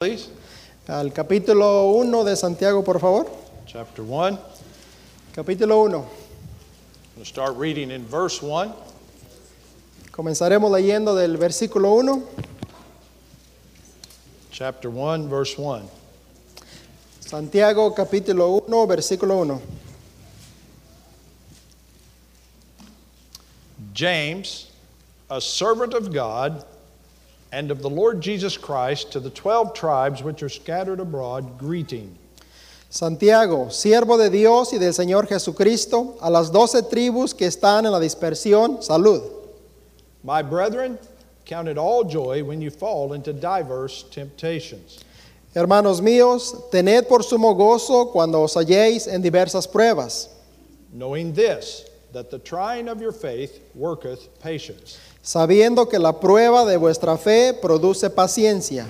please. Al capítulo 1 de Santiago, por favor. Chapter 1. I'm going Capítulo 1. to start reading in verse 1. Comenzaremos leyendo del versículo 1. Chapter 1, verse 1. Santiago, capítulo 1, versículo 1. James, a servant of God and of the Lord Jesus Christ, to the 12 tribes which are scattered abroad, greeting. Santiago, siervo de Dios y del Señor Jesucristo, a las doce tribus que están en la dispersión, salud. My brethren, count it all joy when you fall into diverse temptations. Hermanos míos, tened por sumo gozo cuando os halléis en diversas pruebas, Knowing this, that the trying of your faith worketh patience. sabiendo que la prueba de vuestra fe produce paciencia.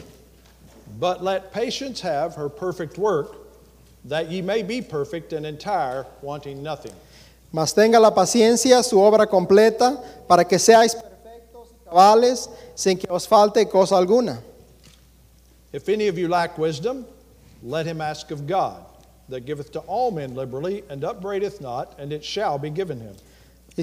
But let patience have her perfect work, that ye may be perfect and entire, wanting nothing. Mas tenga la paciencia su obra completa, para que seáis perfectos y cabales, sin que os falte cosa alguna. If any of you lack wisdom, let him ask of God, that giveth to all men liberally, and upbraideth not, and it shall be given him. Y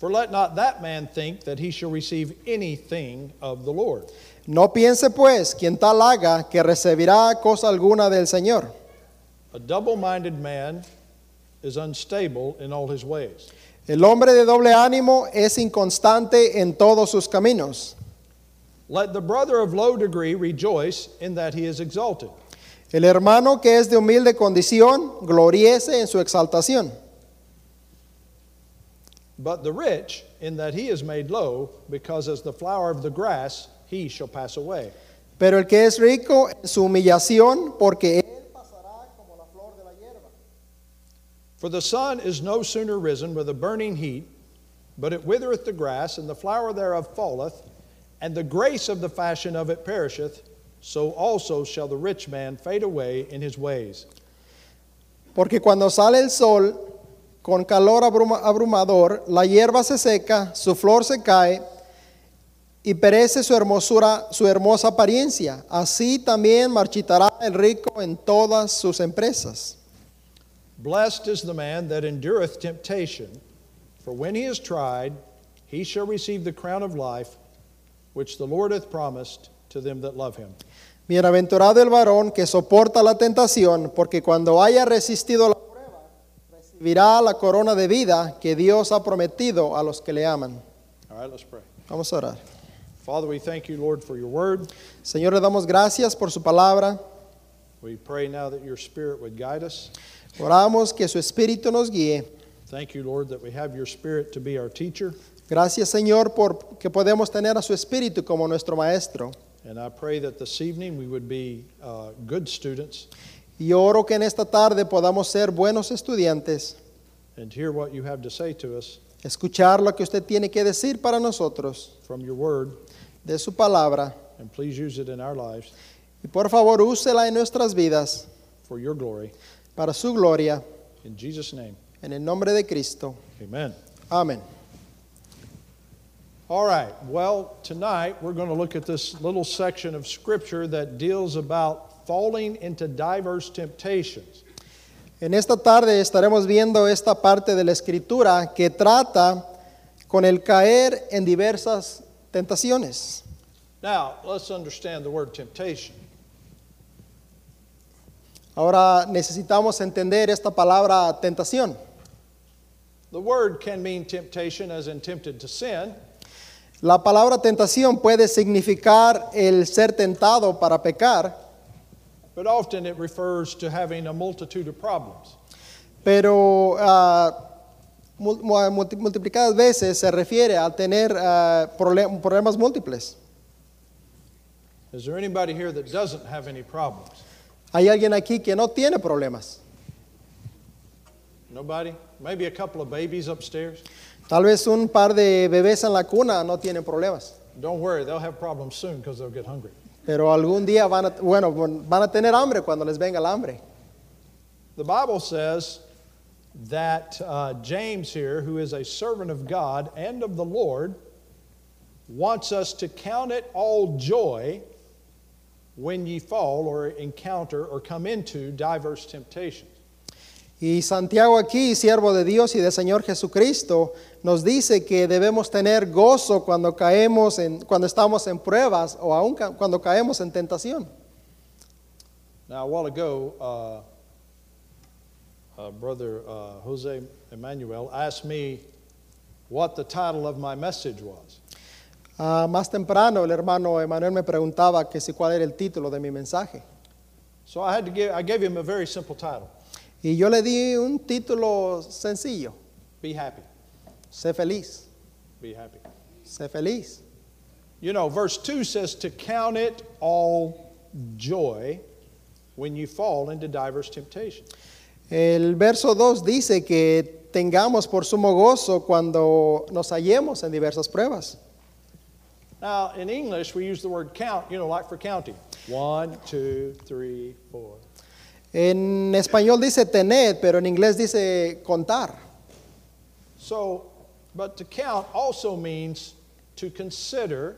For let not that man think that he shall receive anything of the Lord. No piense pues quien tal haga que recibirá cosa alguna del Señor. A double minded man is unstable in all his ways. El hombre de doble ánimo es inconstante en todos sus caminos. Let the brother of low degree rejoice in that he is exalted, El hermano que es de humilde condición, gloriece en su exaltación. but the rich in that he is made low, because as the flower of the grass he shall pass away. Pero el que es rico en su humillación, porque él pasará como la flor de la hierba. For the sun is no sooner risen with a burning heat, but it withereth the grass, and the flower thereof falleth, and the grace of the fashion of it perisheth. So also shall the rich man fade away in his ways. Porque cuando sale el sol con calor abruma- abrumador, la hierba se seca, su flor se cae y perece su hermosura, su hermosa apariencia. Así también marchitará el rico en todas sus empresas. Blessed is the man that endureth temptation, for when he is tried, he shall receive the crown of life which the Lord hath promised to them that love him. Bienaventurado el varón que soporta la tentación, porque cuando haya resistido la prueba, recibirá la corona de vida que Dios ha prometido a los que le aman. All right, let's pray. Vamos a orar. Father, we thank you, Lord, for your word. Señor, le damos gracias por su palabra. We pray now that your spirit would guide us. Oramos que su Espíritu nos guíe. Thank you, Lord, that we have your spirit to be our teacher. Gracias Señor por que podemos tener a su Espíritu como nuestro Maestro. And I pray that this evening we would be uh, good students Y oro que en esta tarde podamos ser buenos estudiantes, and hear what you have to say to us escuchar lo que usted tiene que decir para nosotros from your word, de su palabra. and please use it in our lives Y por favor úsela en nuestras vidas for your glory. para su gloria, In Jesus' name, en el nombre de Cristo. amen. Amén. All right, well, tonight we're going to look at this little section of scripture that deals about falling into diverse temptations. En esta tarde estaremos viendo esta parte de la Escritura que trata con el caer en diversas tentaciones. Now, let's understand the word temptation. Ahora necesitamos entender esta palabra tentación. The word can mean temptation as in tempted to sin, La palabra tentación puede significar el ser tentado para pecar, but often it refers to having a multitude of problems. pero ah, mul- mu- ah, multi- multiplicadas veces se refiere a tener ah, prole- problemas múltiples. Is there anybody here that doesn't have any problems? Hay alguien aquí que no tiene problemas. Nobody? Maybe a couple of babies upstairs? Tal vez un par de bebés en la cuna no tienen problemas, Don't worry, they'll have problems soon because they'll get hungry. pero algún día van a, bueno, van a tener hambre cuando les venga el hambre. The Bible says that uh, James here, who is a servant of God and of the Lord, wants us to count it all joy when ye fall or encounter or come into diverse temptations. Y Santiago aquí, siervo de Dios y del Señor Jesucristo, nos dice que debemos tener gozo cuando caemos en cuando estamos en pruebas o aun ca- cuando caemos en tentación. Now, a while ago, uh, uh, Brother uh, Jose Emmanuel asked me what the title of my message was. Ah, más temprano el hermano Emanuel me preguntaba que si cuál era el título de mi mensaje. So I had to give, I gave him a very simple title Y yo le di un título sencillo, Be Happy. sé feliz, Be Happy. sé feliz. You know, verse 2 says, To count it all joy when you fall into diverse temptations. El verso 2 dice que tengamos por sumo gozo cuando nos hallemos en diversas pruebas. Now, in English, we use the word count, you know, like for counting. One, two, three, four. En español dice tened, pero en inglés dice contar. So, but to count also means to consider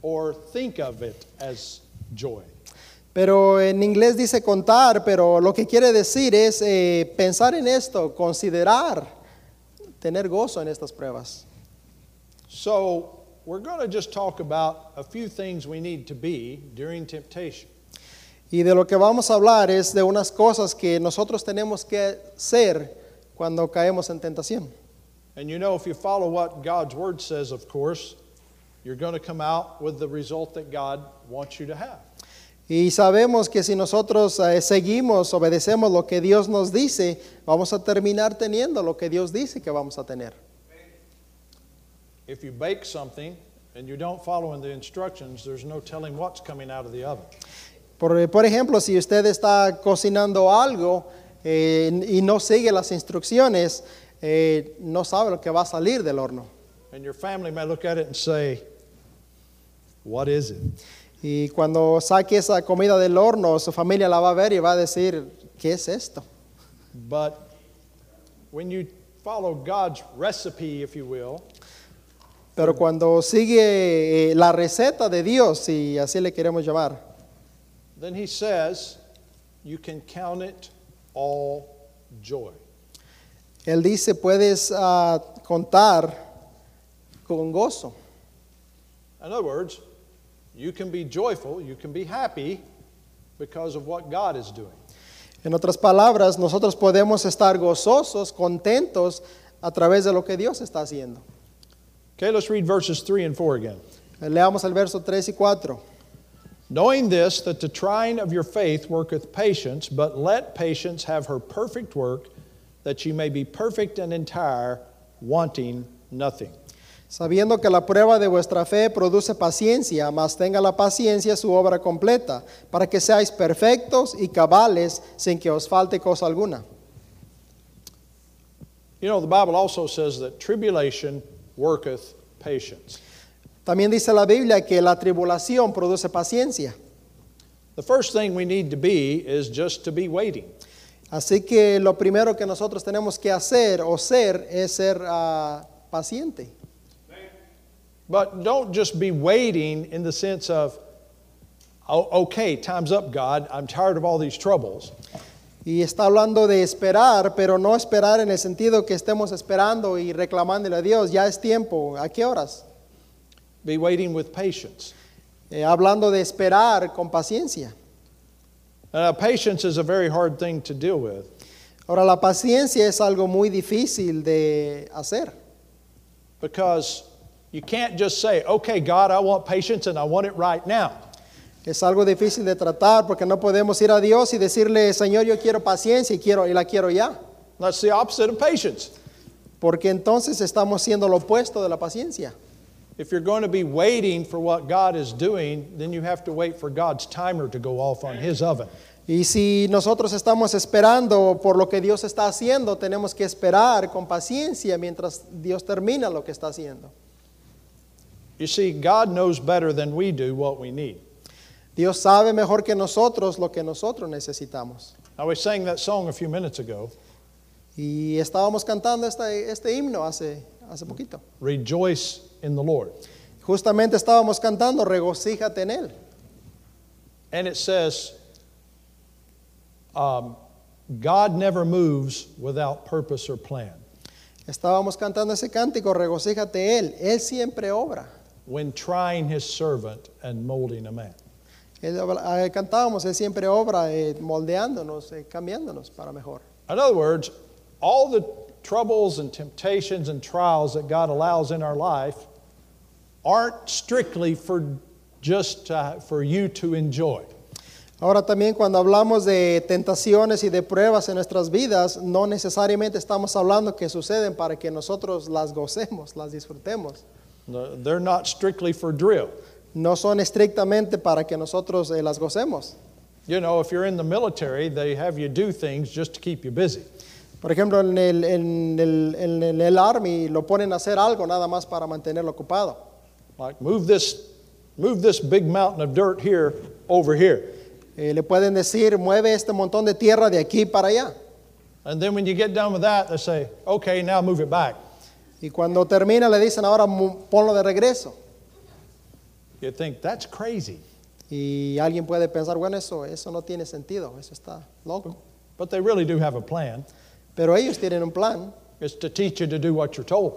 or think of it as joy. Pero en inglés dice contar, pero lo que quiere decir es eh, pensar en esto, considerar, tener gozo en estas pruebas. So, we're going to just talk about a few things we need to be during temptation. Y de lo que vamos a hablar es de unas cosas que nosotros tenemos que ser cuando caemos en tentación. And you know, if you follow what God's word says, of course, you're going to come out with the result that God wants you to have. Y sabemos que si nosotros eh, seguimos, obedecemos lo que Dios nos dice, vamos a terminar teniendo lo que Dios dice que vamos a tener. If you bake something and you don't follow in the instructions, there's no telling what's coming out of the oven. Por, por ejemplo, si usted está cocinando algo eh, y no sigue las instrucciones, eh, no sabe lo que va a salir del horno. And your family may look at it and say, What is it? Y cuando saque esa comida del horno, su familia la va a ver y va a decir, ¿qué es esto? But when you follow God's recipe, if you will, Pero cuando sigue eh, la receta de Dios, si así le queremos llamar, then He says, You can count it all joy. Él dice, puedes ah, contar con gozo. In other words, you can be joyful, you can be happy because of what God is doing. En otras palabras, nosotros podemos estar gozosos, contentos a través de lo que Dios está haciendo. Okay, let's read verses 3 and 4 again. Leamos el verso 3 y 4. Knowing this, that the trying of your faith worketh patience, but let patience have her perfect work, that ye may be perfect and entire, wanting nothing. Sabiendo que la prueba de vuestra fe produce paciencia, mas tenga la paciencia su obra completa, para que seáis perfectos y cabales sin que os falte cosa alguna. You know, the Bible also says that tribulation worketh patience. También dice la Biblia que la tribulación produce paciencia. The first thing we need to be is just to be waiting. Así que lo primero que nosotros tenemos que hacer o ser es ser ah, paciente. But don't just be waiting in the sense of, oh, okay, time's up, God. I'm tired of all these troubles. Y está hablando de esperar, pero no esperar en el sentido que estemos esperando y reclamándole a Dios, ya es tiempo, ¿a qué horas? Be waiting with patience. Eh, hablando de esperar con paciencia. Now, patience is a very hard thing to deal with. Ahora, la paciencia es algo muy difícil de hacer, Because you can't just say, okay, God, I want patience and I want it right now. es algo difícil de tratar porque no podemos ir a Dios y decirle, Señor, yo quiero paciencia y, quiero, y la quiero ya, That's the opposite of patience. porque entonces estamos siendo lo opuesto de la paciencia. If you're going to be waiting for what God is doing, then you have to wait for God's timer to go off on His oven. Y si nosotros estamos esperando por lo que Dios está haciendo, tenemos que esperar con paciencia mientras Dios termina lo que está haciendo. You see, God knows better than we do what we need. Dios sabe mejor que nosotros lo que nosotros necesitamos. I was sang that song a few minutes ago Y estábamos cantando este, este himno hace, hace poquito. Rejoice in the Lord. Justamente estábamos cantando, regocíjate en Él. And it says, um, God never moves without purpose or plan. Estábamos cantando ese cántico, regocíjate Él. Él siempre obra. When trying His servant and molding a man. Él obra- eh, cantábamos, Él siempre obra eh, moldeándonos, eh, cambiándonos para mejor. In other words, all the troubles and temptations and trials that God allows in our life aren't strictly for just uh, for you to enjoy. Ahora también cuando hablamos de tentaciones y de pruebas en nuestras vidas, no necesariamente estamos hablando que suceden para que nosotros las gocemos, las disfrutemos. No, They're not strictly for drill. No son estrictamente para que nosotros eh, las gocemos. You know, if you're in the military, they have you do things just to keep you busy. Por ejemplo, en el, en el- en el- el Army lo ponen a hacer algo nada más para mantenerlo ocupado. Like move this move this big mountain of dirt here over here. Eh, le pueden decir, mueve este montón de tierra de aquí para allá. And then when you get done with that, they say, "Okay, now move it back." Y cuando termina le dicen, ahora mu- ponlo de regreso. You think that's crazy, Y alguien puede pensar, bueno, eso, eso no tiene sentido, eso está loco. but they really do have a plan. Pero ellos tienen un plan. It's to teach you to do what you're told.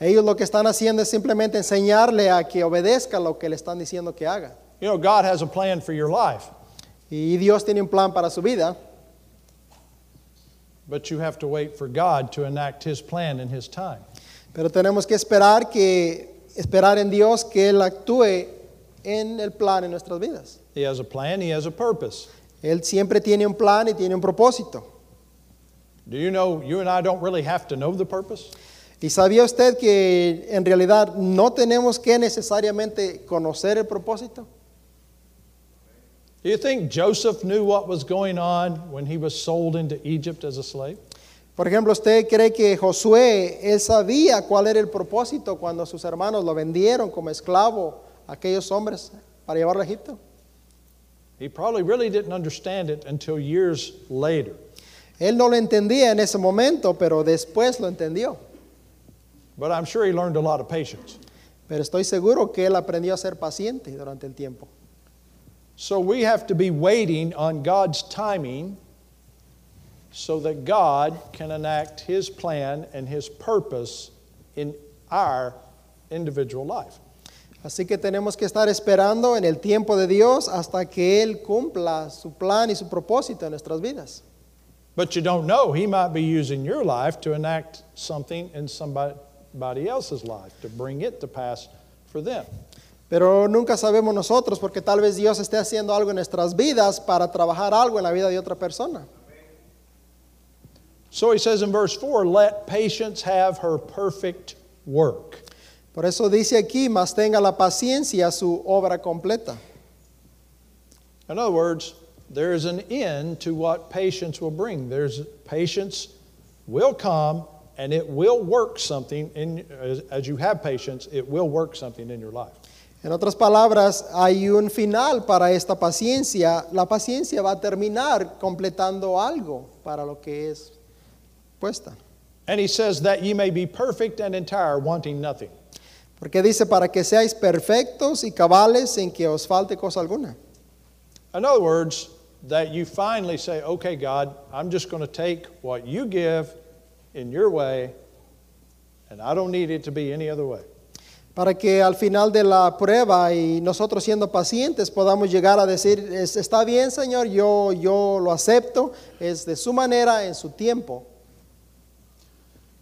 Ellos lo que están haciendo es simplemente enseñarle a que obedezca lo que le están diciendo que haga. You know, God has a plan for your life, Y Dios tiene un plan para su vida, but you have to wait for God to enact His plan in His time. pero tenemos que esperar que esperar en Dios que él actúe en el plan en nuestras vidas. He has a plan, He has a purpose. Él siempre tiene un plan y tiene un propósito. Do you know you and I don't really have to know the purpose? ¿Y sabía usted que en realidad no tenemos que necesariamente conocer el propósito? Do you think Joseph knew what was going on when he was sold into Egypt as a slave? Por ejemplo, ¿usted cree que Josué, él sabía cuál era el propósito cuando sus hermanos lo vendieron como esclavo a aquellos hombres para llevarlo a Egipto? He probably really didn't understand it until years later. Él no lo entendía en ese momento, pero después lo entendió. But I'm sure he learned a lot of patience. Pero estoy seguro que él aprendió a ser paciente durante el tiempo. So we have to be waiting on God's timing so that God can enact His plan and His purpose in our individual life. Así que tenemos que estar esperando en el tiempo de Dios hasta que Él cumpla su plan y su propósito en nuestras vidas. But you don't know, He might be using your life to enact something in somebody else's life, to bring it to pass for them. Pero nunca sabemos nosotros porque tal vez Dios esté haciendo algo en nuestras vidas para trabajar algo en la vida de otra persona. So He says in verse 4 let patience have her perfect work. Por eso dice aquí, más tenga la paciencia su obra completa. In other words, there is an end to what patience will bring. There's patience will come and it will work something in as, as you have patience, it will work something in your life. En otras palabras, hay un final para esta paciencia. La paciencia va a terminar completando algo para lo que es puesta. And he says that ye may be perfect and entire, wanting nothing. Porque dice, para que seáis perfectos y cabales sin que os falte cosa alguna. In other words, that you finally say, "Okay, God, I'm just going to take what you give in your way, and I don't need it to be any other way." Para que al final de la prueba y nosotros siendo pacientes podamos llegar a decir, "Es- está bien Señor, yo, yo lo acepto, es de su manera, en su tiempo.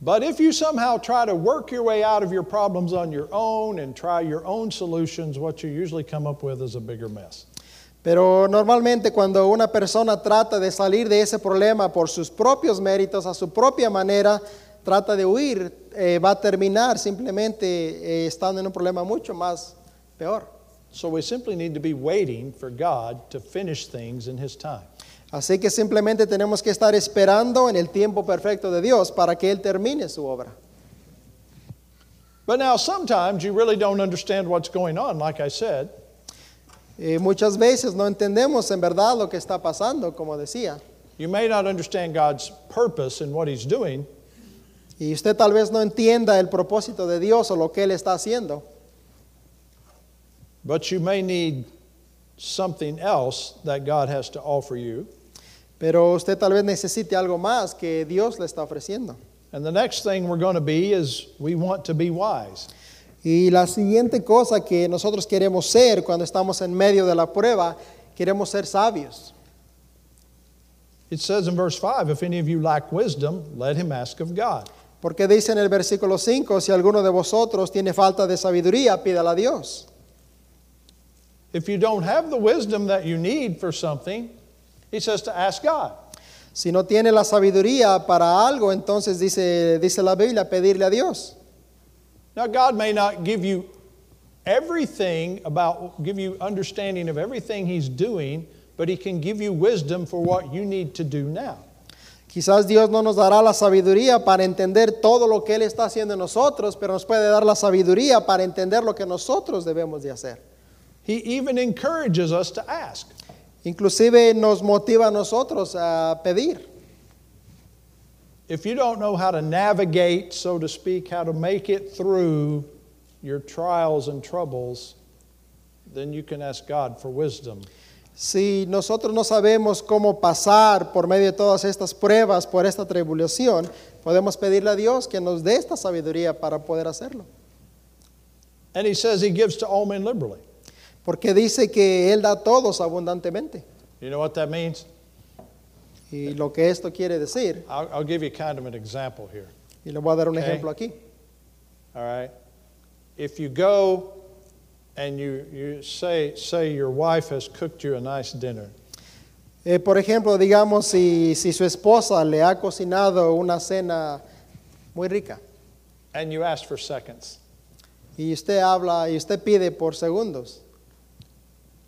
But if you somehow try to work your way out of your problems on your own and try your own solutions, what you usually come up with is a bigger mess. Pero normalmente cuando una persona trata de salir de ese problema por sus propios méritos, a su propia manera, trata de huir, eh, va a terminar simplemente eh, estando en un problema mucho más peor. So we simply need to be waiting for God to finish things in His time. Así que simplemente tenemos que estar esperando en el tiempo perfecto de Dios para que Él termine su obra. But now, sometimes you really don't understand what's going on, like I said. Eh, muchas veces no entendemos en verdad lo que está pasando, como decía. You may not understand God's purpose and what He's doing, Y usted tal vez no entienda el propósito de Dios o lo que Él está haciendo, but you may need something else that God has to offer you. pero usted tal vez necesite algo más que Dios le está ofreciendo. And the next thing we're going to be is we want to be wise. Y la siguiente cosa que nosotros queremos ser cuando estamos en medio de la prueba, queremos ser sabios. It says in verse 5 if any of you lack wisdom, let him ask of God. Porque dice en el versículo 5, si alguno de vosotros tiene falta de sabiduría, pídala a Dios. If you don't have the wisdom that you need for something, he says to ask God. Si no tiene la sabiduría para algo, entonces dice, dice la Biblia, pedirle a Dios. Now, God may not give you everything about, give you understanding of everything He's doing, but He can give you wisdom for what you need to do now. Quizás Dios no nos dará la sabiduría para entender todo lo que Él está haciendo en nosotros, pero nos puede dar la sabiduría para entender lo que nosotros debemos de hacer. He even encourages us to ask. Inclusive nos motiva a nosotros a pedir. If you don't know how to navigate, so to speak, how to make it through your trials and troubles, then you can ask God for wisdom. Si nosotros no sabemos cómo pasar por medio de todas estas pruebas, por esta tribulación, podemos pedirle a Dios que nos dé esta sabiduría para poder hacerlo. And He says He gives to all men liberally. Porque dice que Él da a todos abundantemente. You know what that means? Y lo que esto quiere decir, I'll, I'll give you kind of an example here. y le voy a dar un Ok. ejemplo aquí. All right. If you go and you, you say, say your wife has cooked you a nice dinner, Eh, por ejemplo, digamos si, si su esposa le ha cocinado una cena muy rica and you ask for seconds, y usted habla y usted pide por segundos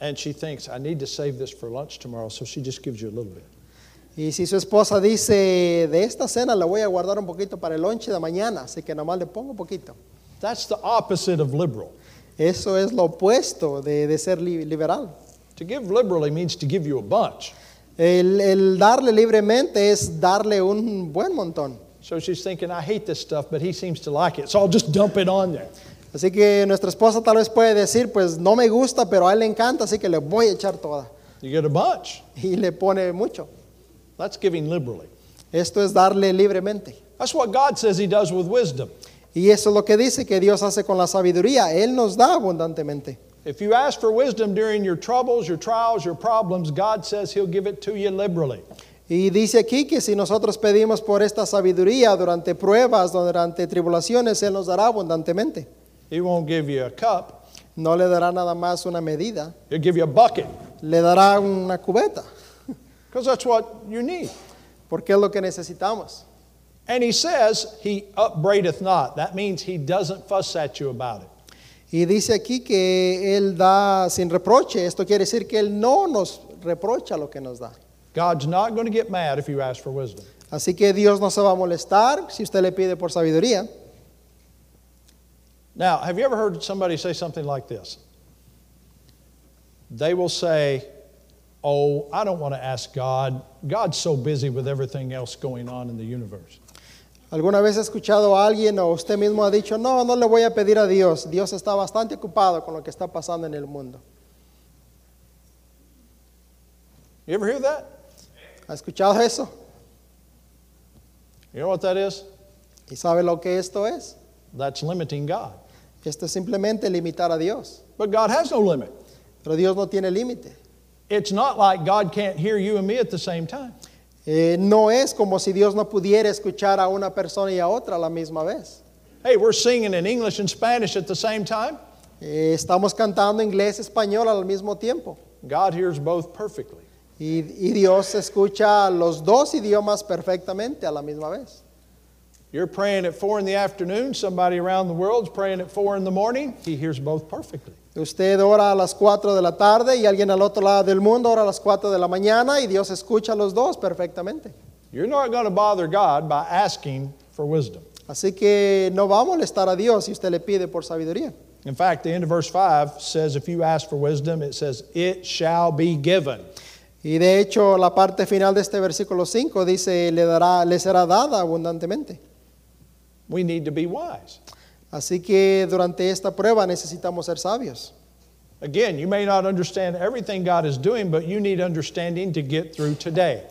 and she thinks, I need to save this for lunch tomorrow, so she just gives you a little bit. y si su esposa dice de esta cena la voy a guardar un poquito para el lonche de mañana, así que nomás le pongo poquito. That's the opposite of liberal. Eso es lo opuesto de, de ser li- liberal. To give liberally means to give you a bunch. El, el darle libremente es darle un buen montón. So she's thinking, I hate this stuff, but he seems to like it, so I'll just dump it on there. Así que nuestra esposa tal vez puede decir, pues no me gusta, pero a él le encanta, así que le voy a echar toda. You get a bunch. Y le pone mucho. That's giving liberally. Esto es darle libremente. That's what God says He does with wisdom. Y eso es lo que dice que Dios hace con la sabiduría. Él nos da abundantemente. If you ask for wisdom during your troubles, your trials, your problems, God says He'll give it to you liberally. Y dice aquí que si nosotros pedimos por esta sabiduría durante pruebas, durante tribulaciones, Él nos dará abundantemente. He won't give you a cup, No le dará nada más una medida, He'll give you a bucket, le dará una cubeta, because that's what you need. porque es lo que necesitamos. And He says, He upbraideth not. That means He doesn't fuss at you about it. Y dice aquí que Él da sin reproche. Esto quiere decir que Él no nos reprocha lo que nos da. God's not going to get mad if you ask for wisdom. Así que Dios no se va a molestar si usted le pide por sabiduría. Now, have you ever heard somebody say something like this? They will say, Oh, I don't want to ask God. God's so busy with everything else going on in the universe. ¿Alguna vez ha escuchado a alguien o usted mismo ha dicho, no, no le voy a pedir a Dios? Dios está bastante ocupado con lo que está pasando en el mundo. You ever hear that? ¿Ha escuchado eso? You know what that is? ¿Y sabe lo que esto es? That's limiting God. Esto es simplemente limitar a Dios. But God has no limit. Pero Dios no tiene límite. It's not like God can't hear you and me at the same time. Eh, no es como si Dios no pudiera escuchar a una persona y a otra a la misma vez. Hey, we're singing in English and Spanish at the same time. Eh, estamos cantando inglés, español al mismo tiempo. God hears both perfectly. Y, y Dios escucha los dos idiomas perfectamente a la misma vez. You're praying at four in the afternoon, somebody around the world's praying at four in the morning. He hears both perfectly. Usted ora a las 4 de la tarde y alguien al otro lado del mundo ora a las 4 de la mañana y Dios escucha a los dos perfectamente. You're not going to bother God by asking for wisdom. Así que no va a molestar a Dios si usted le pide por sabiduría. In fact, the end of verse 5 says, If you ask for wisdom, it says, It shall be given. Y de hecho la parte final de este versículo 5 dice, le, dará, le será dada abundantemente. We need to be wise. Así que durante esta prueba necesitamos ser sabios. Again, you may not understand everything God is doing, but you need understanding to get through today.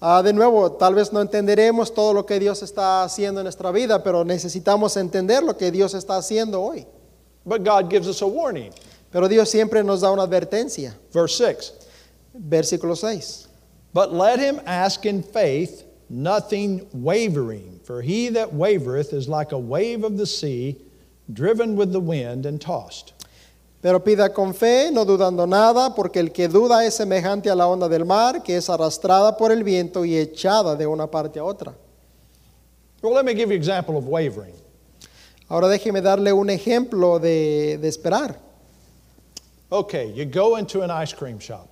Ah, de nuevo, tal vez no entenderemos todo lo que Dios está haciendo en nuestra vida, pero necesitamos entender lo que Dios está haciendo hoy. But God gives us a warning. Pero Dios siempre nos da una advertencia. Verse 6 Versículo 6. But let him ask in faith, nothing wavering. For he that wavereth is like a wave of the sea, driven with the wind and tossed. Pero pida con fe, no dudando nada, porque el que duda es semejante a la onda del mar, que es arrastrada por el viento y echada de una parte a otra. Well, let me give you an example of wavering. Ahora déjeme darle un ejemplo de, de esperar. Okay, you go into an ice cream shop.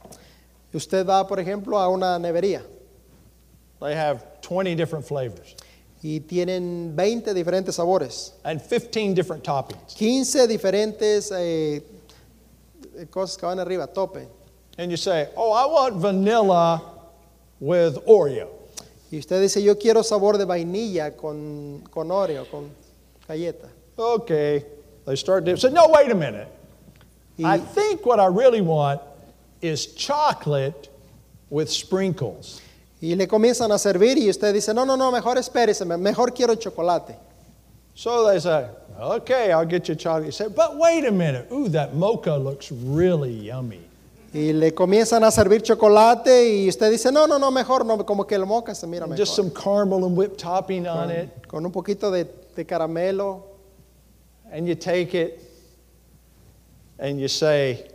Usted va, por ejemplo, a una nevería They have 20 different flavors y tienen 20 diferentes sabores, and 15 different toppings. 15 diferentes eh, cosas que van arriba, tope. And you say, Oh, I want vanilla with Oreo. Y usted dice, yo quiero sabor de vainilla con, con Oreo, con galleta. Okay. They start to say, No, wait a minute. Y- I think what I really want is chocolate with sprinkles. Y le comienzan a servir y usted dice, no, no, no, mejor espérese, me- mejor quiero chocolate. So they say, okay, I'll get you chocolate. You say, but wait a minute. Ooh, that mocha looks really yummy. Y le comienzan a servir chocolate y usted dice, no, no, no, mejor no, como que el moca se mira mejor. Just some caramel and whipped topping on it. Con un poquito de, de caramelo. And you take it and you say,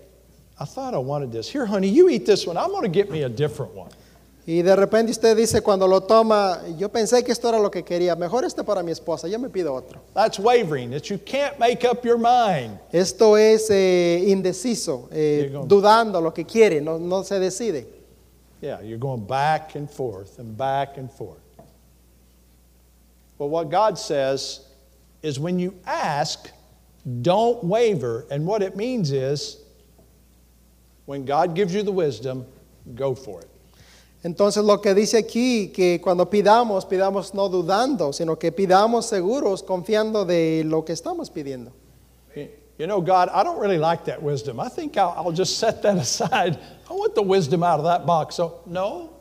I thought I wanted this. Here, honey, you eat this one. I'm going to get me a different one. Y de repente usted dice, cuando lo toma, yo pensé que esto era lo que quería, mejor este para mi esposa, yo me pido otro. That's wavering. That you can't make up your mind. Esto es eh, indeciso, eh, Llegó. dudando lo que quiere, no, no se decide. Yeah, you're going back and forth and back and forth. But what God says is when you ask, don't waver. And what it means is when God gives you the wisdom, go for it. Entonces lo que dice aquí, que cuando pidamos, pidamos no dudando, sino que pidamos seguros, confiando de lo que estamos pidiendo. You- You know, God, I don't really like that wisdom. I think I'll, I'll just set that aside. I want the wisdom out of that box. So, no,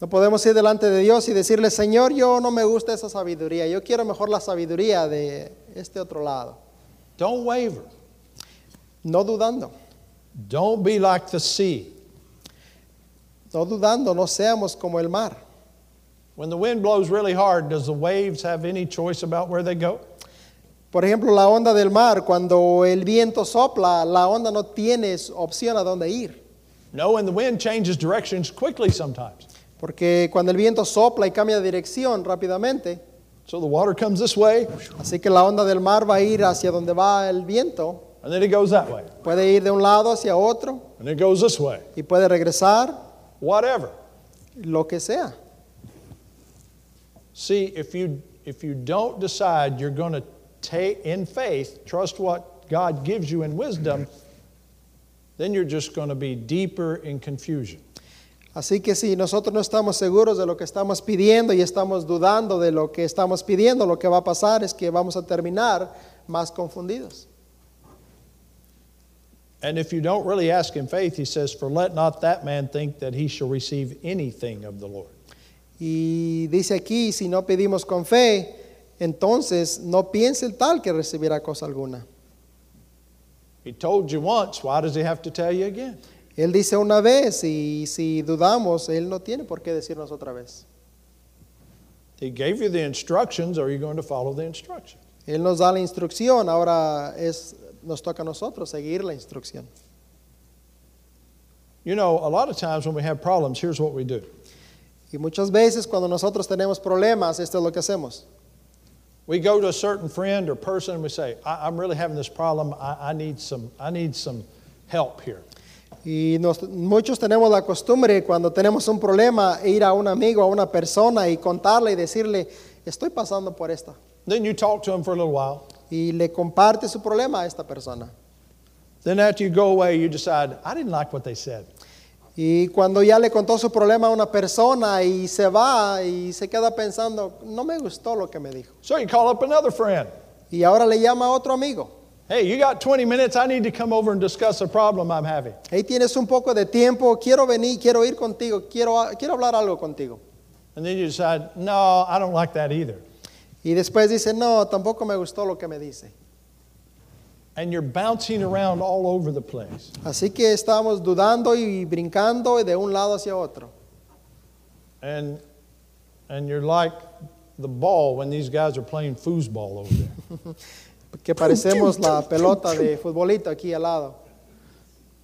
No podemos ir delante de Dios y decirle, Señor, yo no me gusta esa sabiduría, yo quiero mejor la sabiduría de este otro lado. don't waver. No dudando, Don't be like the sea. no dudando, no seamos como el mar. When the wind blows really hard, does the waves have any choice about where they go? Por ejemplo, la onda del mar, cuando el viento sopla, la onda no tiene opción a dónde ir. No, and the wind changes directions quickly sometimes. Porque cuando el viento sopla y cambia de dirección rápidamente, So the water comes this way, Así que la onda del mar va a ir hacia donde va el viento, and then it goes that way, puede ir de un lado hacia otro and it goes this way, y puede regresar, whatever. lo que sea. See, if you if you don't decide you're going to take in faith, trust what God gives you in wisdom, then you're just going to be deeper in confusion. Así que si nosotros no estamos seguros de lo que estamos pidiendo y estamos dudando de lo que estamos pidiendo, lo que va a pasar es que vamos a terminar más confundidos. And if you don't really ask in faith, he says, "For let not that man think that he shall receive anything of the Lord." Y dice aquí, si no pedimos con fe, entonces no piense el tal que recibirá cosa alguna. He told you once, why does he have to tell you again? Él dice una vez y si dudamos, Él no tiene por qué decirnos otra vez. He gave you the instructions, are you going to follow the instructions? Él nos da la instrucción, ahora es, nos toca a nosotros seguir la instrucción. You know, a lot of times when we have problems, here's what we do. Y muchas veces cuando nosotros tenemos problemas, esto es lo que hacemos. We go to a certain friend or person and we say, I, I'm really having this problem. I, I, need some, I need some help here. Y nos- muchos tenemos la costumbre cuando tenemos un problema ir a un amigo, a una persona y contarle y decirle, estoy pasando por esta. Then you talk to them for a little while. Y le comparte su problema a esta persona. Then after you go away, you decide, I didn't like what they said. Y cuando ya le contó su problema a una persona y se va y se queda pensando, no me gustó lo que me dijo. So you call up another friend. Y ahora le llama a otro amigo. Hey, you got 20 minutes. I need to come over and discuss a problem I'm having. Ahí tienes un poco de tiempo, quiero venir, quiero ir contigo, quiero, quiero hablar algo contigo. And then you decide, no, I don't like that either. Y después dice, no, tampoco me gustó lo que me dice. And you're bouncing around all over the place. Así que estábamos dudando y brincando de un lado hacia otro. And, and you're like the ball when these guys are playing foosball over there. Que parecemos la pelota de futbolito aquí al lado.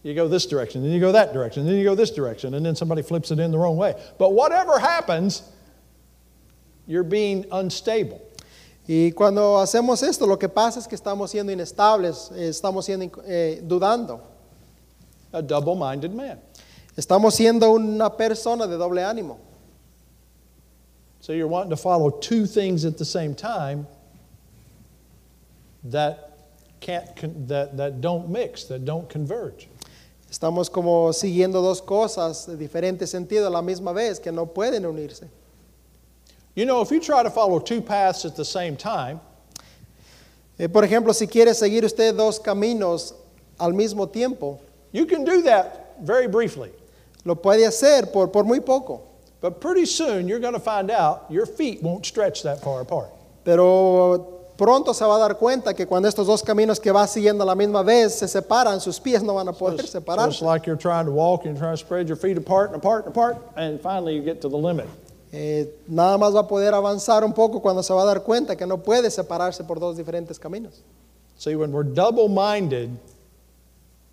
You go this direction, then you go that direction, then you go this direction, and then somebody flips it in the wrong way. But whatever happens, you're being unstable. Y cuando hacemos esto, lo que pasa es que estamos siendo inestables, eh, estamos siendo inc- eh, dudando. A double minded man. Estamos siendo una persona de doble ánimo. So you're wanting to follow two things at the same time that, can't con- that, that don't mix, that don't converge. Estamos como siguiendo dos cosas de diferentes sentidos a la misma vez que no pueden unirse. You know, if you try to follow two paths at the same time, Eh, por ejemplo, si quiere seguir usted dos caminos al mismo tiempo, you can do that very briefly. lo puede hacer por, por muy poco. But pretty soon you're going to find out your feet won't stretch that far apart. Pero pronto se va a dar cuenta que cuando estos dos caminos que va siguiendo a la misma vez se separan, sus pies no van a poder It's, so it's separarse. like you're trying to walk and you're trying to spread your feet apart and apart and apart, and finally you get to the limit. Eh, nada más va a poder avanzar un poco cuando se va a dar cuenta que no puede separarse por dos diferentes caminos. See, when we're double minded,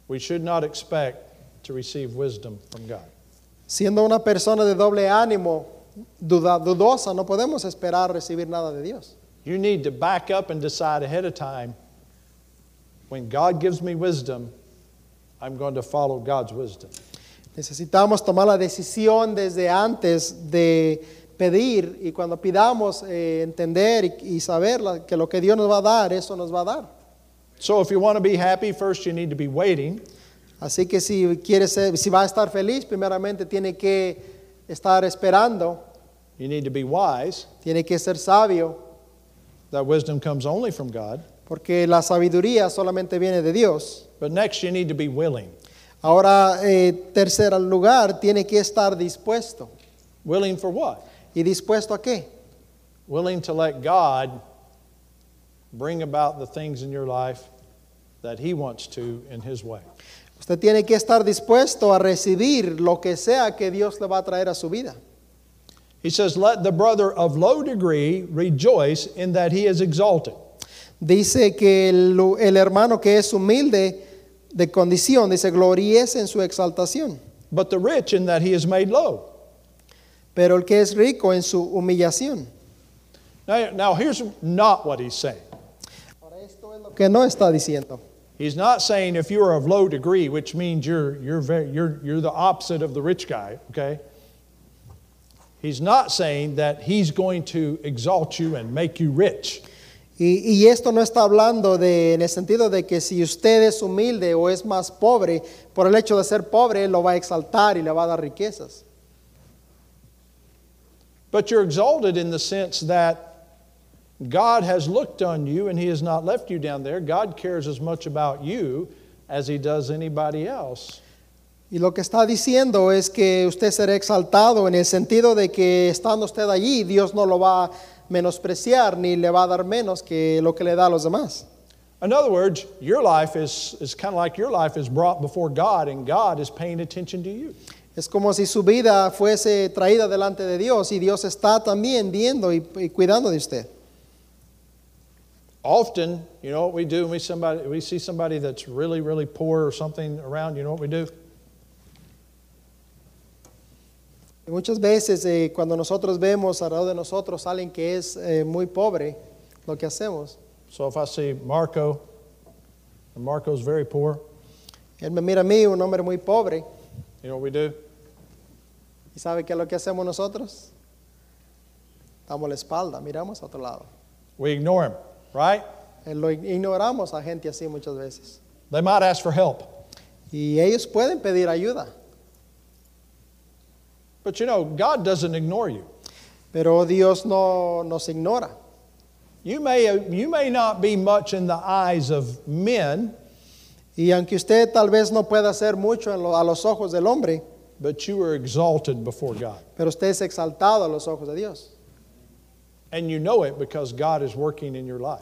we should not expect to receive wisdom from God. Siendo una persona de doble ánimo, duda- dudosa, no podemos esperar recibir nada de Dios. You need to back up and decide ahead of time when God gives me wisdom, I'm going to follow God's wisdom. Necesitamos tomar la decisión desde antes de pedir y cuando pidamos eh, entender y, y saber la- que lo que Dios nos va a dar, eso nos va a dar. So, if you want to be happy, first you need to be waiting. Así que si quiere ser, si va a estar feliz, primeramente tiene que estar esperando, You need to be wise. tiene que ser sabio, That wisdom comes only from God. porque la sabiduría solamente viene de Dios. But next, you need to be willing. Ahora, eh, tercer lugar, tiene que estar dispuesto. Willing for what? ¿Y dispuesto a qué? Willing to let God bring about the things in your life that He wants to in His way. Usted tiene que estar dispuesto a recibir lo que sea que Dios le va a traer a su vida. He says, Let the brother of low degree rejoice in that he is exalted. Dice que el, el hermano que es humilde de condición, dice, gloriece en su exaltación, but the rich in that he is made low. pero el que es rico en su humillación. Now, now here's not what he's saying. Ahora, esto es lo que no está diciendo. He's not saying if you are of low degree, which means you're, you're, very, you're, you're the opposite of the rich guy, okay? He's not saying that he's going to exalt you and make you rich. Y, y esto no está hablando de, en el sentido de que si usted es humilde o es más pobre, por el hecho de ser pobre, Él lo va a exaltar y le va a dar riquezas. But you're exalted in the sense that God has looked on you and he has not left you down there. God cares as much about you as he does anybody else. Y lo que está diciendo es que usted será exaltado en el sentido de que estando usted allí, Dios no lo va a menospreciar ni le va a dar menos que lo que le da a los demás. In other words, your life is, is kind of like your life is brought before God and God is paying attention to you. Es como si su vida fuese traída delante de Dios y Dios está también viendo y- y cuidando de usted. Often, you know what we do when we, somebody, we see somebody that's really, really poor or something around, you know what we do? Y Muchas veces eh, cuando nosotros vemos alrededor de nosotros a alguien que es eh, muy pobre, lo que hacemos. So if I see Marco, and Marco's very poor, Él me mira a mí, un hombre muy pobre, you know what we do? y sabe qué es lo que hacemos nosotros. Damos la espalda, miramos a otro lado. We ignore him, right? Eh, Lo ig- ignoramos a gente así muchas veces. They might ask for help. Y ellos pueden pedir ayuda, But you know, God doesn't ignore you. pero Dios no nos ignora. You may, you may not be much in the eyes of men, Y aunque usted tal vez no pueda hacer mucho en lo- a los ojos del hombre, but you are exalted before God. pero usted es exaltado a los ojos de Dios. And you know it because God is working in your life.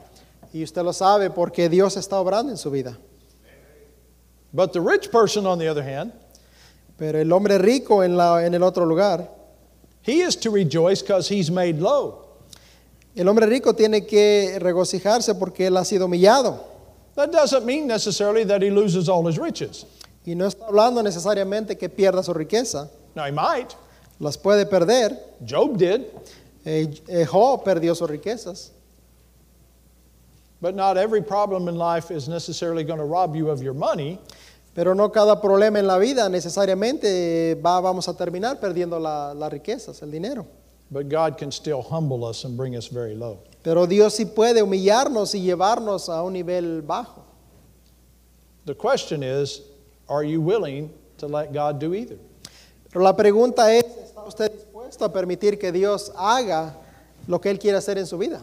Y usted lo sabe porque Dios está obrando en su vida. But the rich person, on the other hand, Pero el hombre rico en, la- en el otro lugar, he is to rejoice because he's made low. el hombre rico tiene que regocijarse porque él ha sido humillado. That doesn't mean necessarily that he loses all his riches. Y no está hablando necesariamente que pierda su riqueza, Now, he might. las puede perder. Job did. Eh, eh, Job perdió sus riquezas, But not every problem in life is necessarily going to rob you of your money. pero no cada problema en la vida necesariamente va, vamos a terminar perdiendo la- las riquezas, el dinero. But God can still humble us and bring us very low. Pero Dios sí puede humillarnos y llevarnos a un nivel bajo. The question is are you willing to let God do either? Pero la pregunta es, ¿está usted dispuesto a permitir que Dios haga lo que Él quiere hacer en su vida?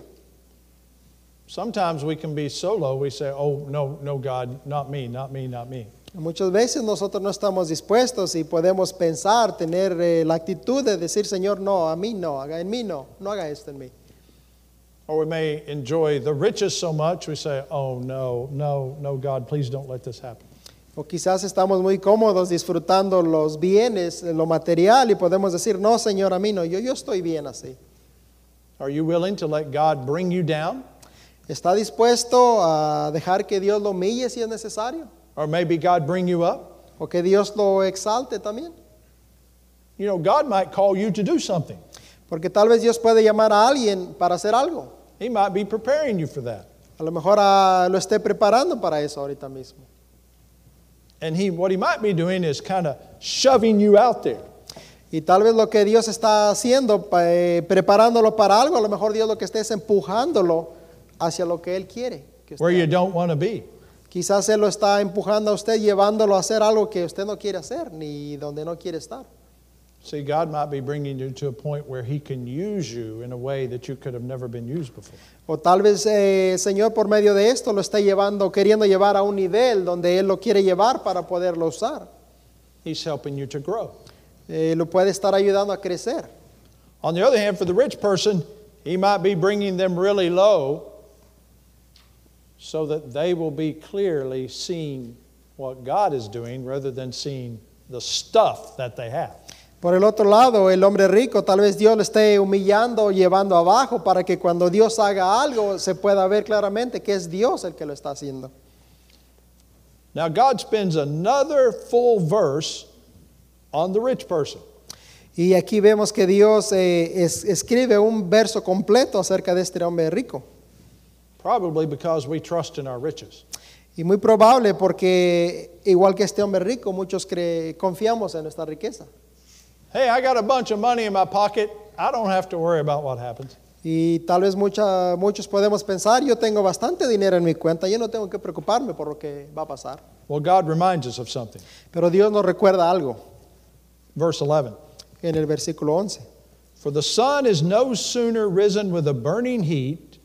Sometimes we can be so low, we say, oh, no, no, God, not me, not me, not me. Muchas veces nosotros no estamos dispuestos y podemos pensar, tener eh, la actitud de decir, Señor, no, a mí no, haga en mí no, no haga esto en mí. Or we may enjoy the riches so much, we say, oh, no, no, no, God, please don't let this happen. O quizás estamos muy cómodos disfrutando los bienes, eh, lo material y podemos decir, no, Señor, a mí no, yo, yo estoy bien así. Are you willing to let God bring you down? ¿Está dispuesto a dejar que Dios lo humille si es necesario? Or maybe God bring you up? ¿O que Dios lo exalte también? You know, God might call you to do something. Porque tal vez Dios puede llamar a alguien para hacer algo. He might be preparing you for that. A lo mejor ah, lo esté preparando para eso ahorita mismo. And he, what he might be doing is kind of shoving you out there. Y tal vez lo que Dios está haciendo, pa- eh, preparándolo para algo, a lo mejor Dios lo que está es empujándolo hacia lo que Él quiere. que usted where you haga. don't want to be. Quizás Él lo está empujando a usted, llevándolo a hacer algo que usted no quiere hacer, ni donde no quiere estar. See, God might be bringing you to a point where He can use you in a way that you could have never been used before. O tal vez eh, el Señor por medio de esto lo está llevando, queriendo llevar a un nivel donde Él lo quiere llevar para poderlo usar. He's helping you to grow. Eh, lo puede estar ayudando a crecer. On the other hand, for the rich person, He might be bringing them really low so that they will be clearly seeing what God is doing rather than seeing the stuff that they have. Por el otro lado, el hombre rico, tal vez Dios lo esté humillando o llevando abajo para que cuando Dios haga algo se pueda ver claramente que es Dios el que lo está haciendo. Now, God spends another full verse on the rich person. Y aquí vemos que Dios eh, es- escribe un verso completo acerca de este hombre rico. Probably because we trust in our riches. Y muy probable porque, igual que este hombre rico, muchos cre- confiamos en nuestra riqueza. Hey, I got a bunch of money in my pocket. I don't have to worry about what happens. Y tal vez mucha- muchos podemos pensar, yo tengo bastante dinero en mi cuenta, yo no tengo que preocuparme por lo que va a pasar. Well, God reminds us of something. Pero Dios nos recuerda algo Verse 11 en el versículo 11. For the sun is no sooner risen with a burning heat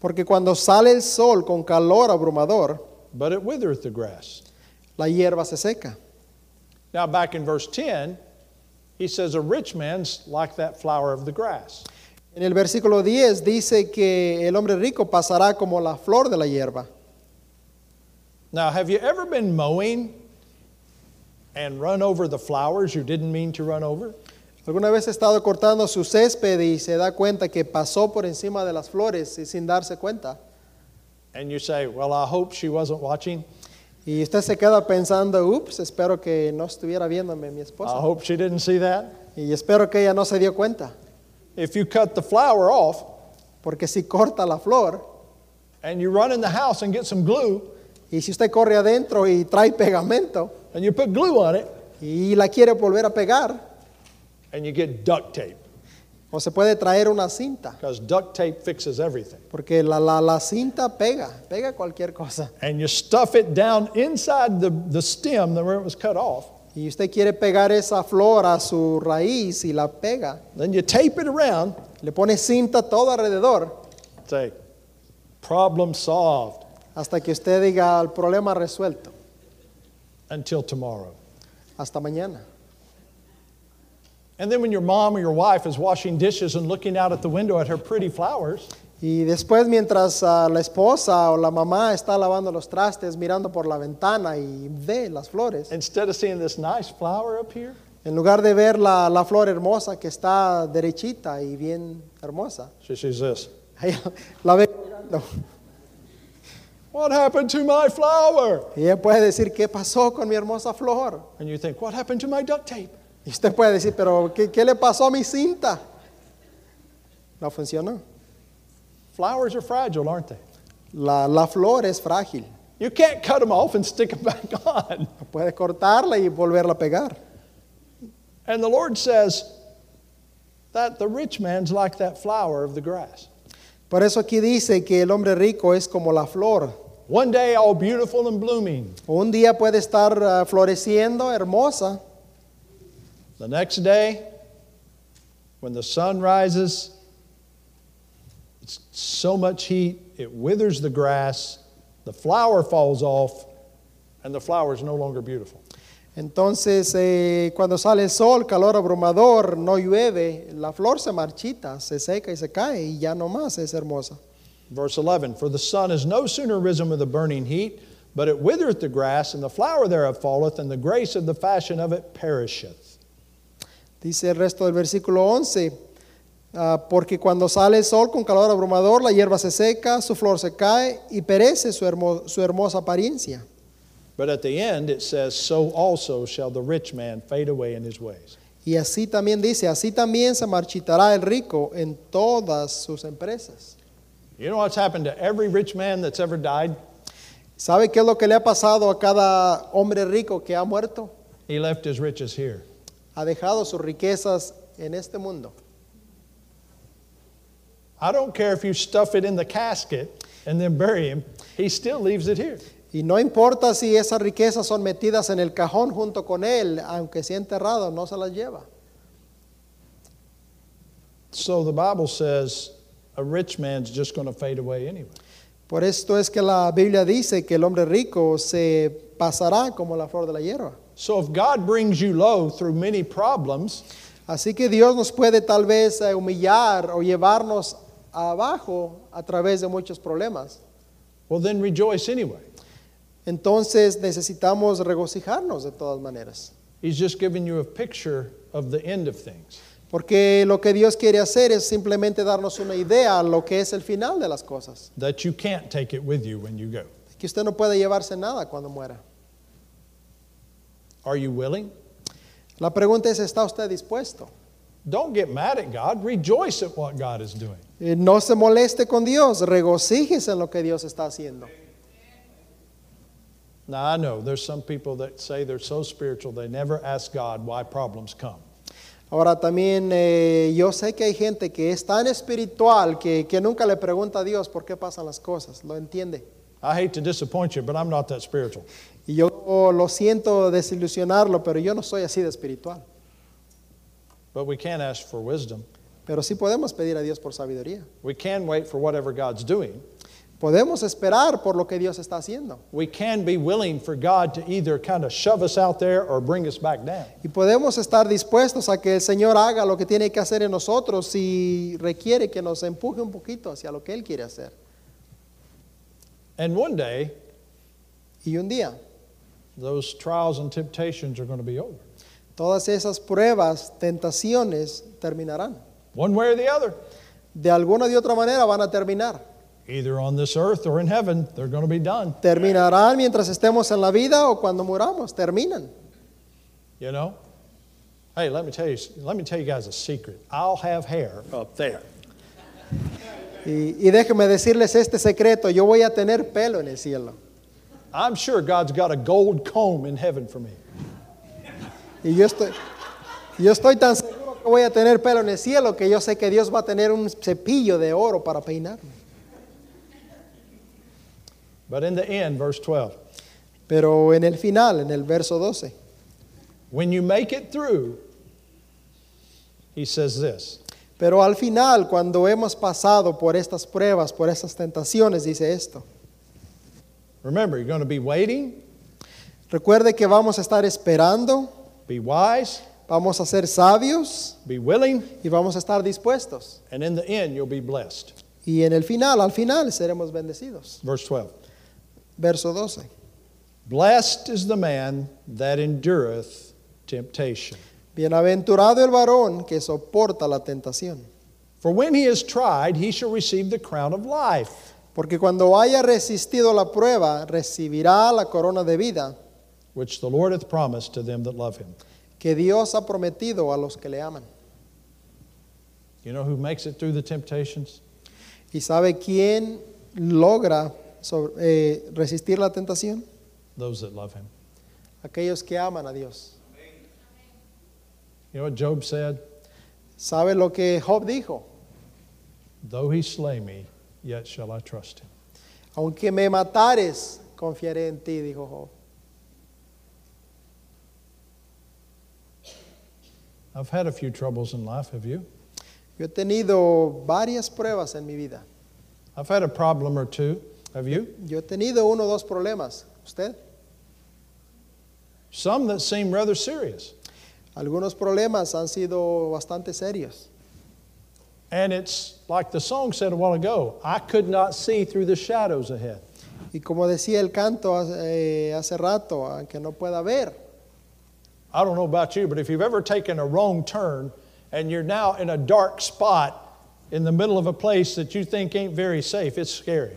Porque cuando sale el sol con calor abrumador, but it withereth the grass. la hierba se seca. Now, back in verse 10, he says, A rich man's like that flower of the grass. En el versículo 10 dice que el hombre rico pasará como la flor de la hierba. Now, have you ever been mowing and run over the flowers you didn't mean to run over? ¿Alguna vez ha estado cortando su césped y se da cuenta que pasó por encima de las flores y sin darse cuenta? And you say, Well, I hope she wasn't watching. Y usted se queda pensando, ups, espero que no estuviera viéndome mi I esposa. hope she didn't see that. Y espero que ella no se dio cuenta. If you cut the flower off, porque si corta la flor and you run in the house and get some glue y si usted corre adentro y trae pegamento and you put glue on it y la quiere volver a pegar, and you get duct tape o se puede traer una cinta, because duct tape fixes everything. porque la, la- la cinta pega, pega cualquier cosa. And you stuff it down inside the, the stem where it was cut off. Y usted quiere pegar esa flor a su raíz y la pega, Then you tape it around, le pone cinta todo alrededor say, problem solved hasta que usted diga el problema resuelto, until tomorrow. hasta mañana. And then when your mom or your wife is washing dishes and looking out at the window at her pretty flowers, Y después mientras ah, la esposa o la mamá está lavando los trastes, mirando por la ventana y ve las flores, instead of seeing this nice flower up here, en lugar de ver la, la flor hermosa que está derechita y bien hermosa, she sees this. ella la ve mirando. What happened to my flower? Y ella puede decir, ¿qué pasó con mi hermosa flor? And you think, what happened to my duct tape? Y usted puede decir, pero ¿qué, qué le pasó a mi cinta? No funcionó. Flowers are fragile, aren't they? La, la flor es frágil. You can't cut them off and stick them back on. Puede cortarla y volverla a pegar. And the Lord says that the rich man's like that flower of the grass. Por eso aquí dice que el hombre rico es como la flor. One day all beautiful and blooming, Un día puede estar ah, floreciendo, hermosa, the next day, when the sun rises, it's so much heat, it withers the grass, the flower falls off, and the flower is no longer beautiful. Entonces, eh, cuando sale el sol, calor abrumador, no llueve, la flor se marchita, se seca y se cae y ya no más es hermosa. Verse 11 For the sun is no sooner risen with a burning heat, but it withereth the grass, and the flower thereof falleth, and the grace of the fashion of it perisheth. Dice el resto del versículo 11, ah, porque cuando sale el sol con calor abrumador, la hierba se seca, su flor se cae y perece su, hermo- su hermosa apariencia. But at the end it says, So also shall the rich man fade away in his ways. Y así también dice, así también se marchitará el rico en todas sus empresas. You know what's happened to every rich man that's ever died? ¿Sabe qué es lo que le ha pasado a cada hombre rico que ha muerto? He left his riches here. ha dejado sus riquezas en este mundo. I don't care if you stuff it in the casket and then bury him, he still leaves it here. Y no importa si esas riquezas son metidas en el cajón junto con él, aunque sea enterrado, no se las lleva. So the Bible says a rich man's just going to fade away anyway. Por esto es que la Biblia dice que el hombre rico se pasará como la flor de la hierba. So if God brings you low through many problems, Así que Dios nos puede tal vez eh, humillar o llevarnos abajo a través de muchos problemas. well, then rejoice anyway. Entonces necesitamos regocijarnos de todas maneras. He's just giving you a picture of the end of things. Porque lo que Dios quiere hacer es simplemente darnos una idea a lo que es el final de las cosas. That you can't take it with you when you go. que usted no puede llevarse nada cuando muera. Are you willing? La pregunta es, ¿está usted dispuesto? Don't get mad at God. Rejoice at what God is doing. Eh, No se moleste con Dios, regocíjese en lo que Dios está haciendo. Now, I know there's some people that say they're so spiritual they never ask God why problems come. Ahora también eh, yo sé que hay gente que es tan espiritual que, que nunca le pregunta a Dios por qué pasan las cosas, lo entiende. I hate to disappoint you, but I'm not that spiritual. Y yo lo siento desilusionarlo, pero yo no soy así de espiritual. But we can ask for wisdom. Pero sí podemos pedir a Dios por sabiduría. We can wait for whatever God's doing. Podemos esperar por lo que Dios está haciendo. We can be willing for God to either kind of shove us out there or bring us back down. Y podemos estar dispuestos a que el Señor haga lo que tiene que hacer en nosotros si requiere que nos empuje un poquito hacia lo que Él quiere hacer. And one day, Y un día, those trials and temptations are going to be over, todas esas pruebas, tentaciones, terminarán. one way or the other. De alguna de otra manera van a terminar. Either on this earth or in heaven, they're going to be done, Terminarán mientras estemos en la vida o cuando muramos, terminan. you know? Hey, let me tell you, let me tell you guys a secret. I'll have hair up there. Y, y déjeme decirles este secreto, yo voy a tener pelo en el cielo. I'm sure God's got a gold comb in heaven for me. Y yo estoy, yo estoy tan seguro que voy a tener pelo en el cielo que yo sé que Dios va a tener un cepillo de oro para peinarme. But in the end, verse 12, Pero en el final, en el verso 12, when you make it through, he says this pero al final, cuando hemos pasado por estas pruebas, por estas tentaciones, dice esto. Remember, you're going to be waiting, Recuerde que vamos a estar esperando, be wise, vamos a ser sabios be willing, y vamos a estar dispuestos. and in the end, you'll be blessed. Y en el final, al final, seremos bendecidos. Verse 12 Verso 12. Blessed is the man that endureth temptation. Bienaventurado el varón que soporta la tentación, For when he is tried, he shall receive the crown of life, porque cuando haya resistido la prueba, recibirá la corona de vida which the Lord hath promised to them that love him. que Dios ha prometido a los que le aman. You know who makes it through the temptations? ¿Y sabe quién logra sobre- eh, resistir la tentación? Those that love him. Aquellos que aman a Dios. You know what Job said? ¿Sabe lo que Job dijo? Though he slay me, yet shall I trust him. Aunque me matares, confiaré en ti, dijo Job. I've had a few troubles in life, have you? Yo he tenido varias pruebas en mi vida. I've had a problem or two, have you? Yo he tenido uno o dos problemas. ¿Usted? Some that seem rather serious. Algunos problemas han sido bastante serios. And it's like the song said a while ago I could not see through the shadows ahead. Y como decía el canto hace, eh, hace rato, aunque no pueda ver, I don't know about you, but if you've ever taken a wrong turn and you're now in a dark spot in the middle of a place that you think ain't very safe, it's scary.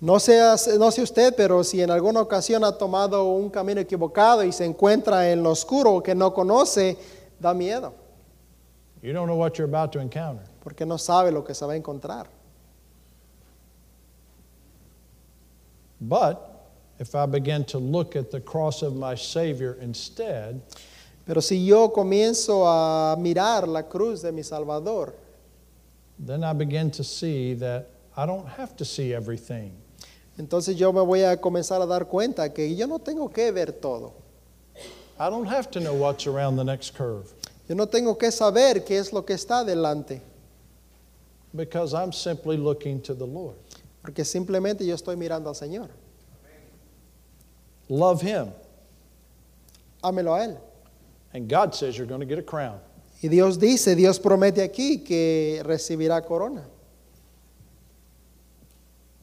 no, sea, no sé usted, pero si en alguna ocasión ha tomado un camino equivocado y se encuentra en lo oscuro que no conoce, da miedo, You don't know what you're about to encounter. porque no sabe lo que se va a encontrar. But if I begin to look at the cross of my Savior instead, Pero si yo comienzo a mirar la cruz de mi Salvador, then I begin to see that I don't have to see everything. entonces yo me voy a comenzar a dar cuenta que yo no tengo que ver todo. I don't have to know what's around the next curve Yo no tengo que saber qué es lo que está delante, because I'm simply looking to the Lord. porque simplemente yo estoy mirando al Señor. Love Him. Ámelo a Él. And God says you're going to get a crown. Y Dios dice, Dios promete aquí que recibirá corona,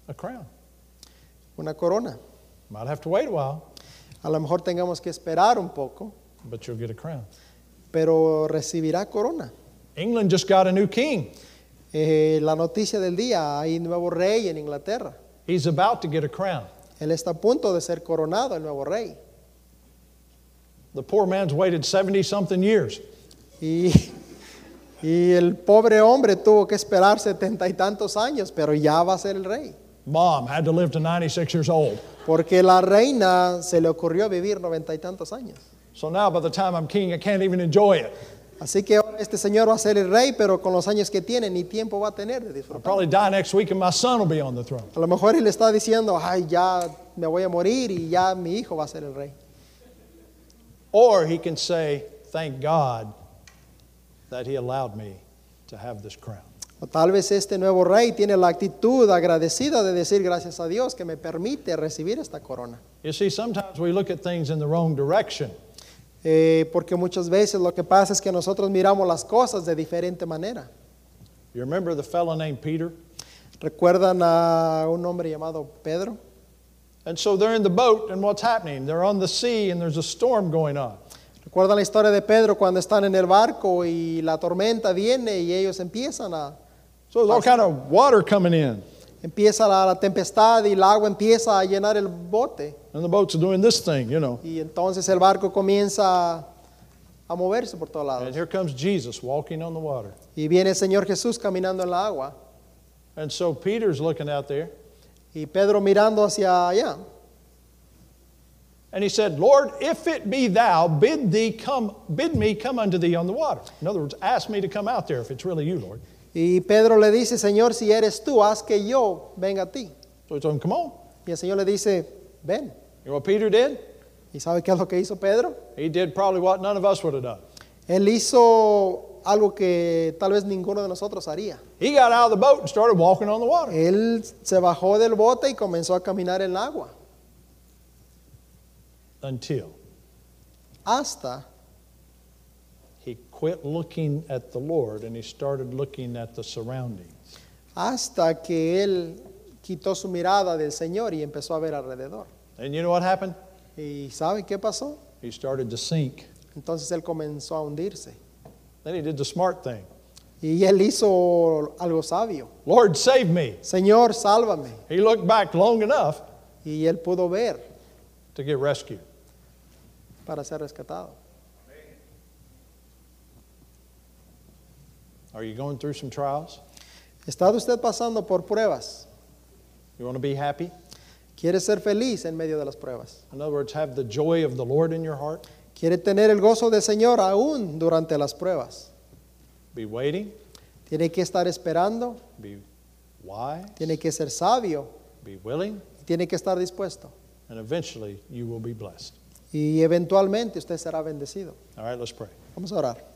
A crown. una corona. Might have to wait a while, A lo mejor tengamos que esperar un poco, but you'll get a crown. pero recibirá corona. England just got a new king. Eh, la noticia del día, hay nuevo rey en Inglaterra. He's about to get a crown. Él está a punto de ser coronado el nuevo rey. The poor man's waited 70 something years. Y, y el pobre hombre tuvo que esperar setenta y tantos años, pero ya va a ser el rey. Mom had to live to 96 years old. Porque la reina se le ocurrió vivir noventa y tantos años. So now by the time I'm king, I can't even enjoy it. Así que ahora este señor va a ser el rey, pero con los años que tiene, ni tiempo va a tener de I'll disfrutar. probably die next week and my son will be on the throne. A lo mejor él está diciendo, ay, ya me voy a morir y ya mi hijo va a ser el rey. Or he can say, Thank God that he allowed me to have this crown. O tal vez este nuevo rey tiene la actitud agradecida de decir gracias a Dios que me permite recibir esta corona. You see, sometimes we look at things in the wrong direction. Eh, porque muchas veces lo que pasa es que nosotros miramos las cosas de diferente manera. You remember the fellow named Peter? ¿Recuerdan a un hombre llamado Pedro? And so they're in the boat, and what's happening? They're on the sea, and there's a storm going on. ¿Recuerdan la historia de Pedro cuando están en el barco y la tormenta viene y ellos empiezan a... So there's all kind of water coming in, Empieza la, la tempestad y el agua empieza a llenar el bote and the boat's doing this thing, you know. y entonces el barco comienza a- a moverse por todos And lados. here comes Jesus walking on the water. Y viene el Señor Jesús caminando en la agua And so Peter's looking out there, Y Pedro mirando hacia allá, and he said, Lord, if it be thou, bid thee come, bid me come unto thee on the water. In other words, ask me to come out there if it's really you, Lord. y Pedro le dice, Señor, si eres tú, haz que yo venga a ti. So he told him, Come on. Y el Señor le dice, ven. You know what Peter did? ¿Y sabe qué es lo que hizo Pedro? He did probably what none of us would have done. Él hizo algo que tal vez ninguno de nosotros haría. He got out of the boat and started walking on the water. Él se bajó del bote y comenzó a caminar en el agua Until hasta he quit looking at the Lord and he started looking at the surroundings. hasta que él quitó su mirada del Señor y empezó a ver alrededor. And you know what happened? ¿Y sabe qué pasó? He started to sink. Entonces él comenzó a hundirse. Then he did the smart thing. Y él hizo algo sabio. Lord, save me. Señor, sálvame. He looked back long enough Y él pudo ver to get rescued. para ser rescatado. Are you going through some trials? ¿Está usted pasando por pruebas? You want to be happy? ¿Quiere ser feliz en medio de las pruebas? In other words, have the joy of the Lord in your heart. ¿Quiere tener el gozo del Señor aún durante las pruebas? Be waiting, Tiene que estar esperando, be wise, tiene que ser sabio, be willing, tiene que estar dispuesto. and eventually you will be blessed. Y eventualmente usted será bendecido. All right, let's pray. Vamos a orar.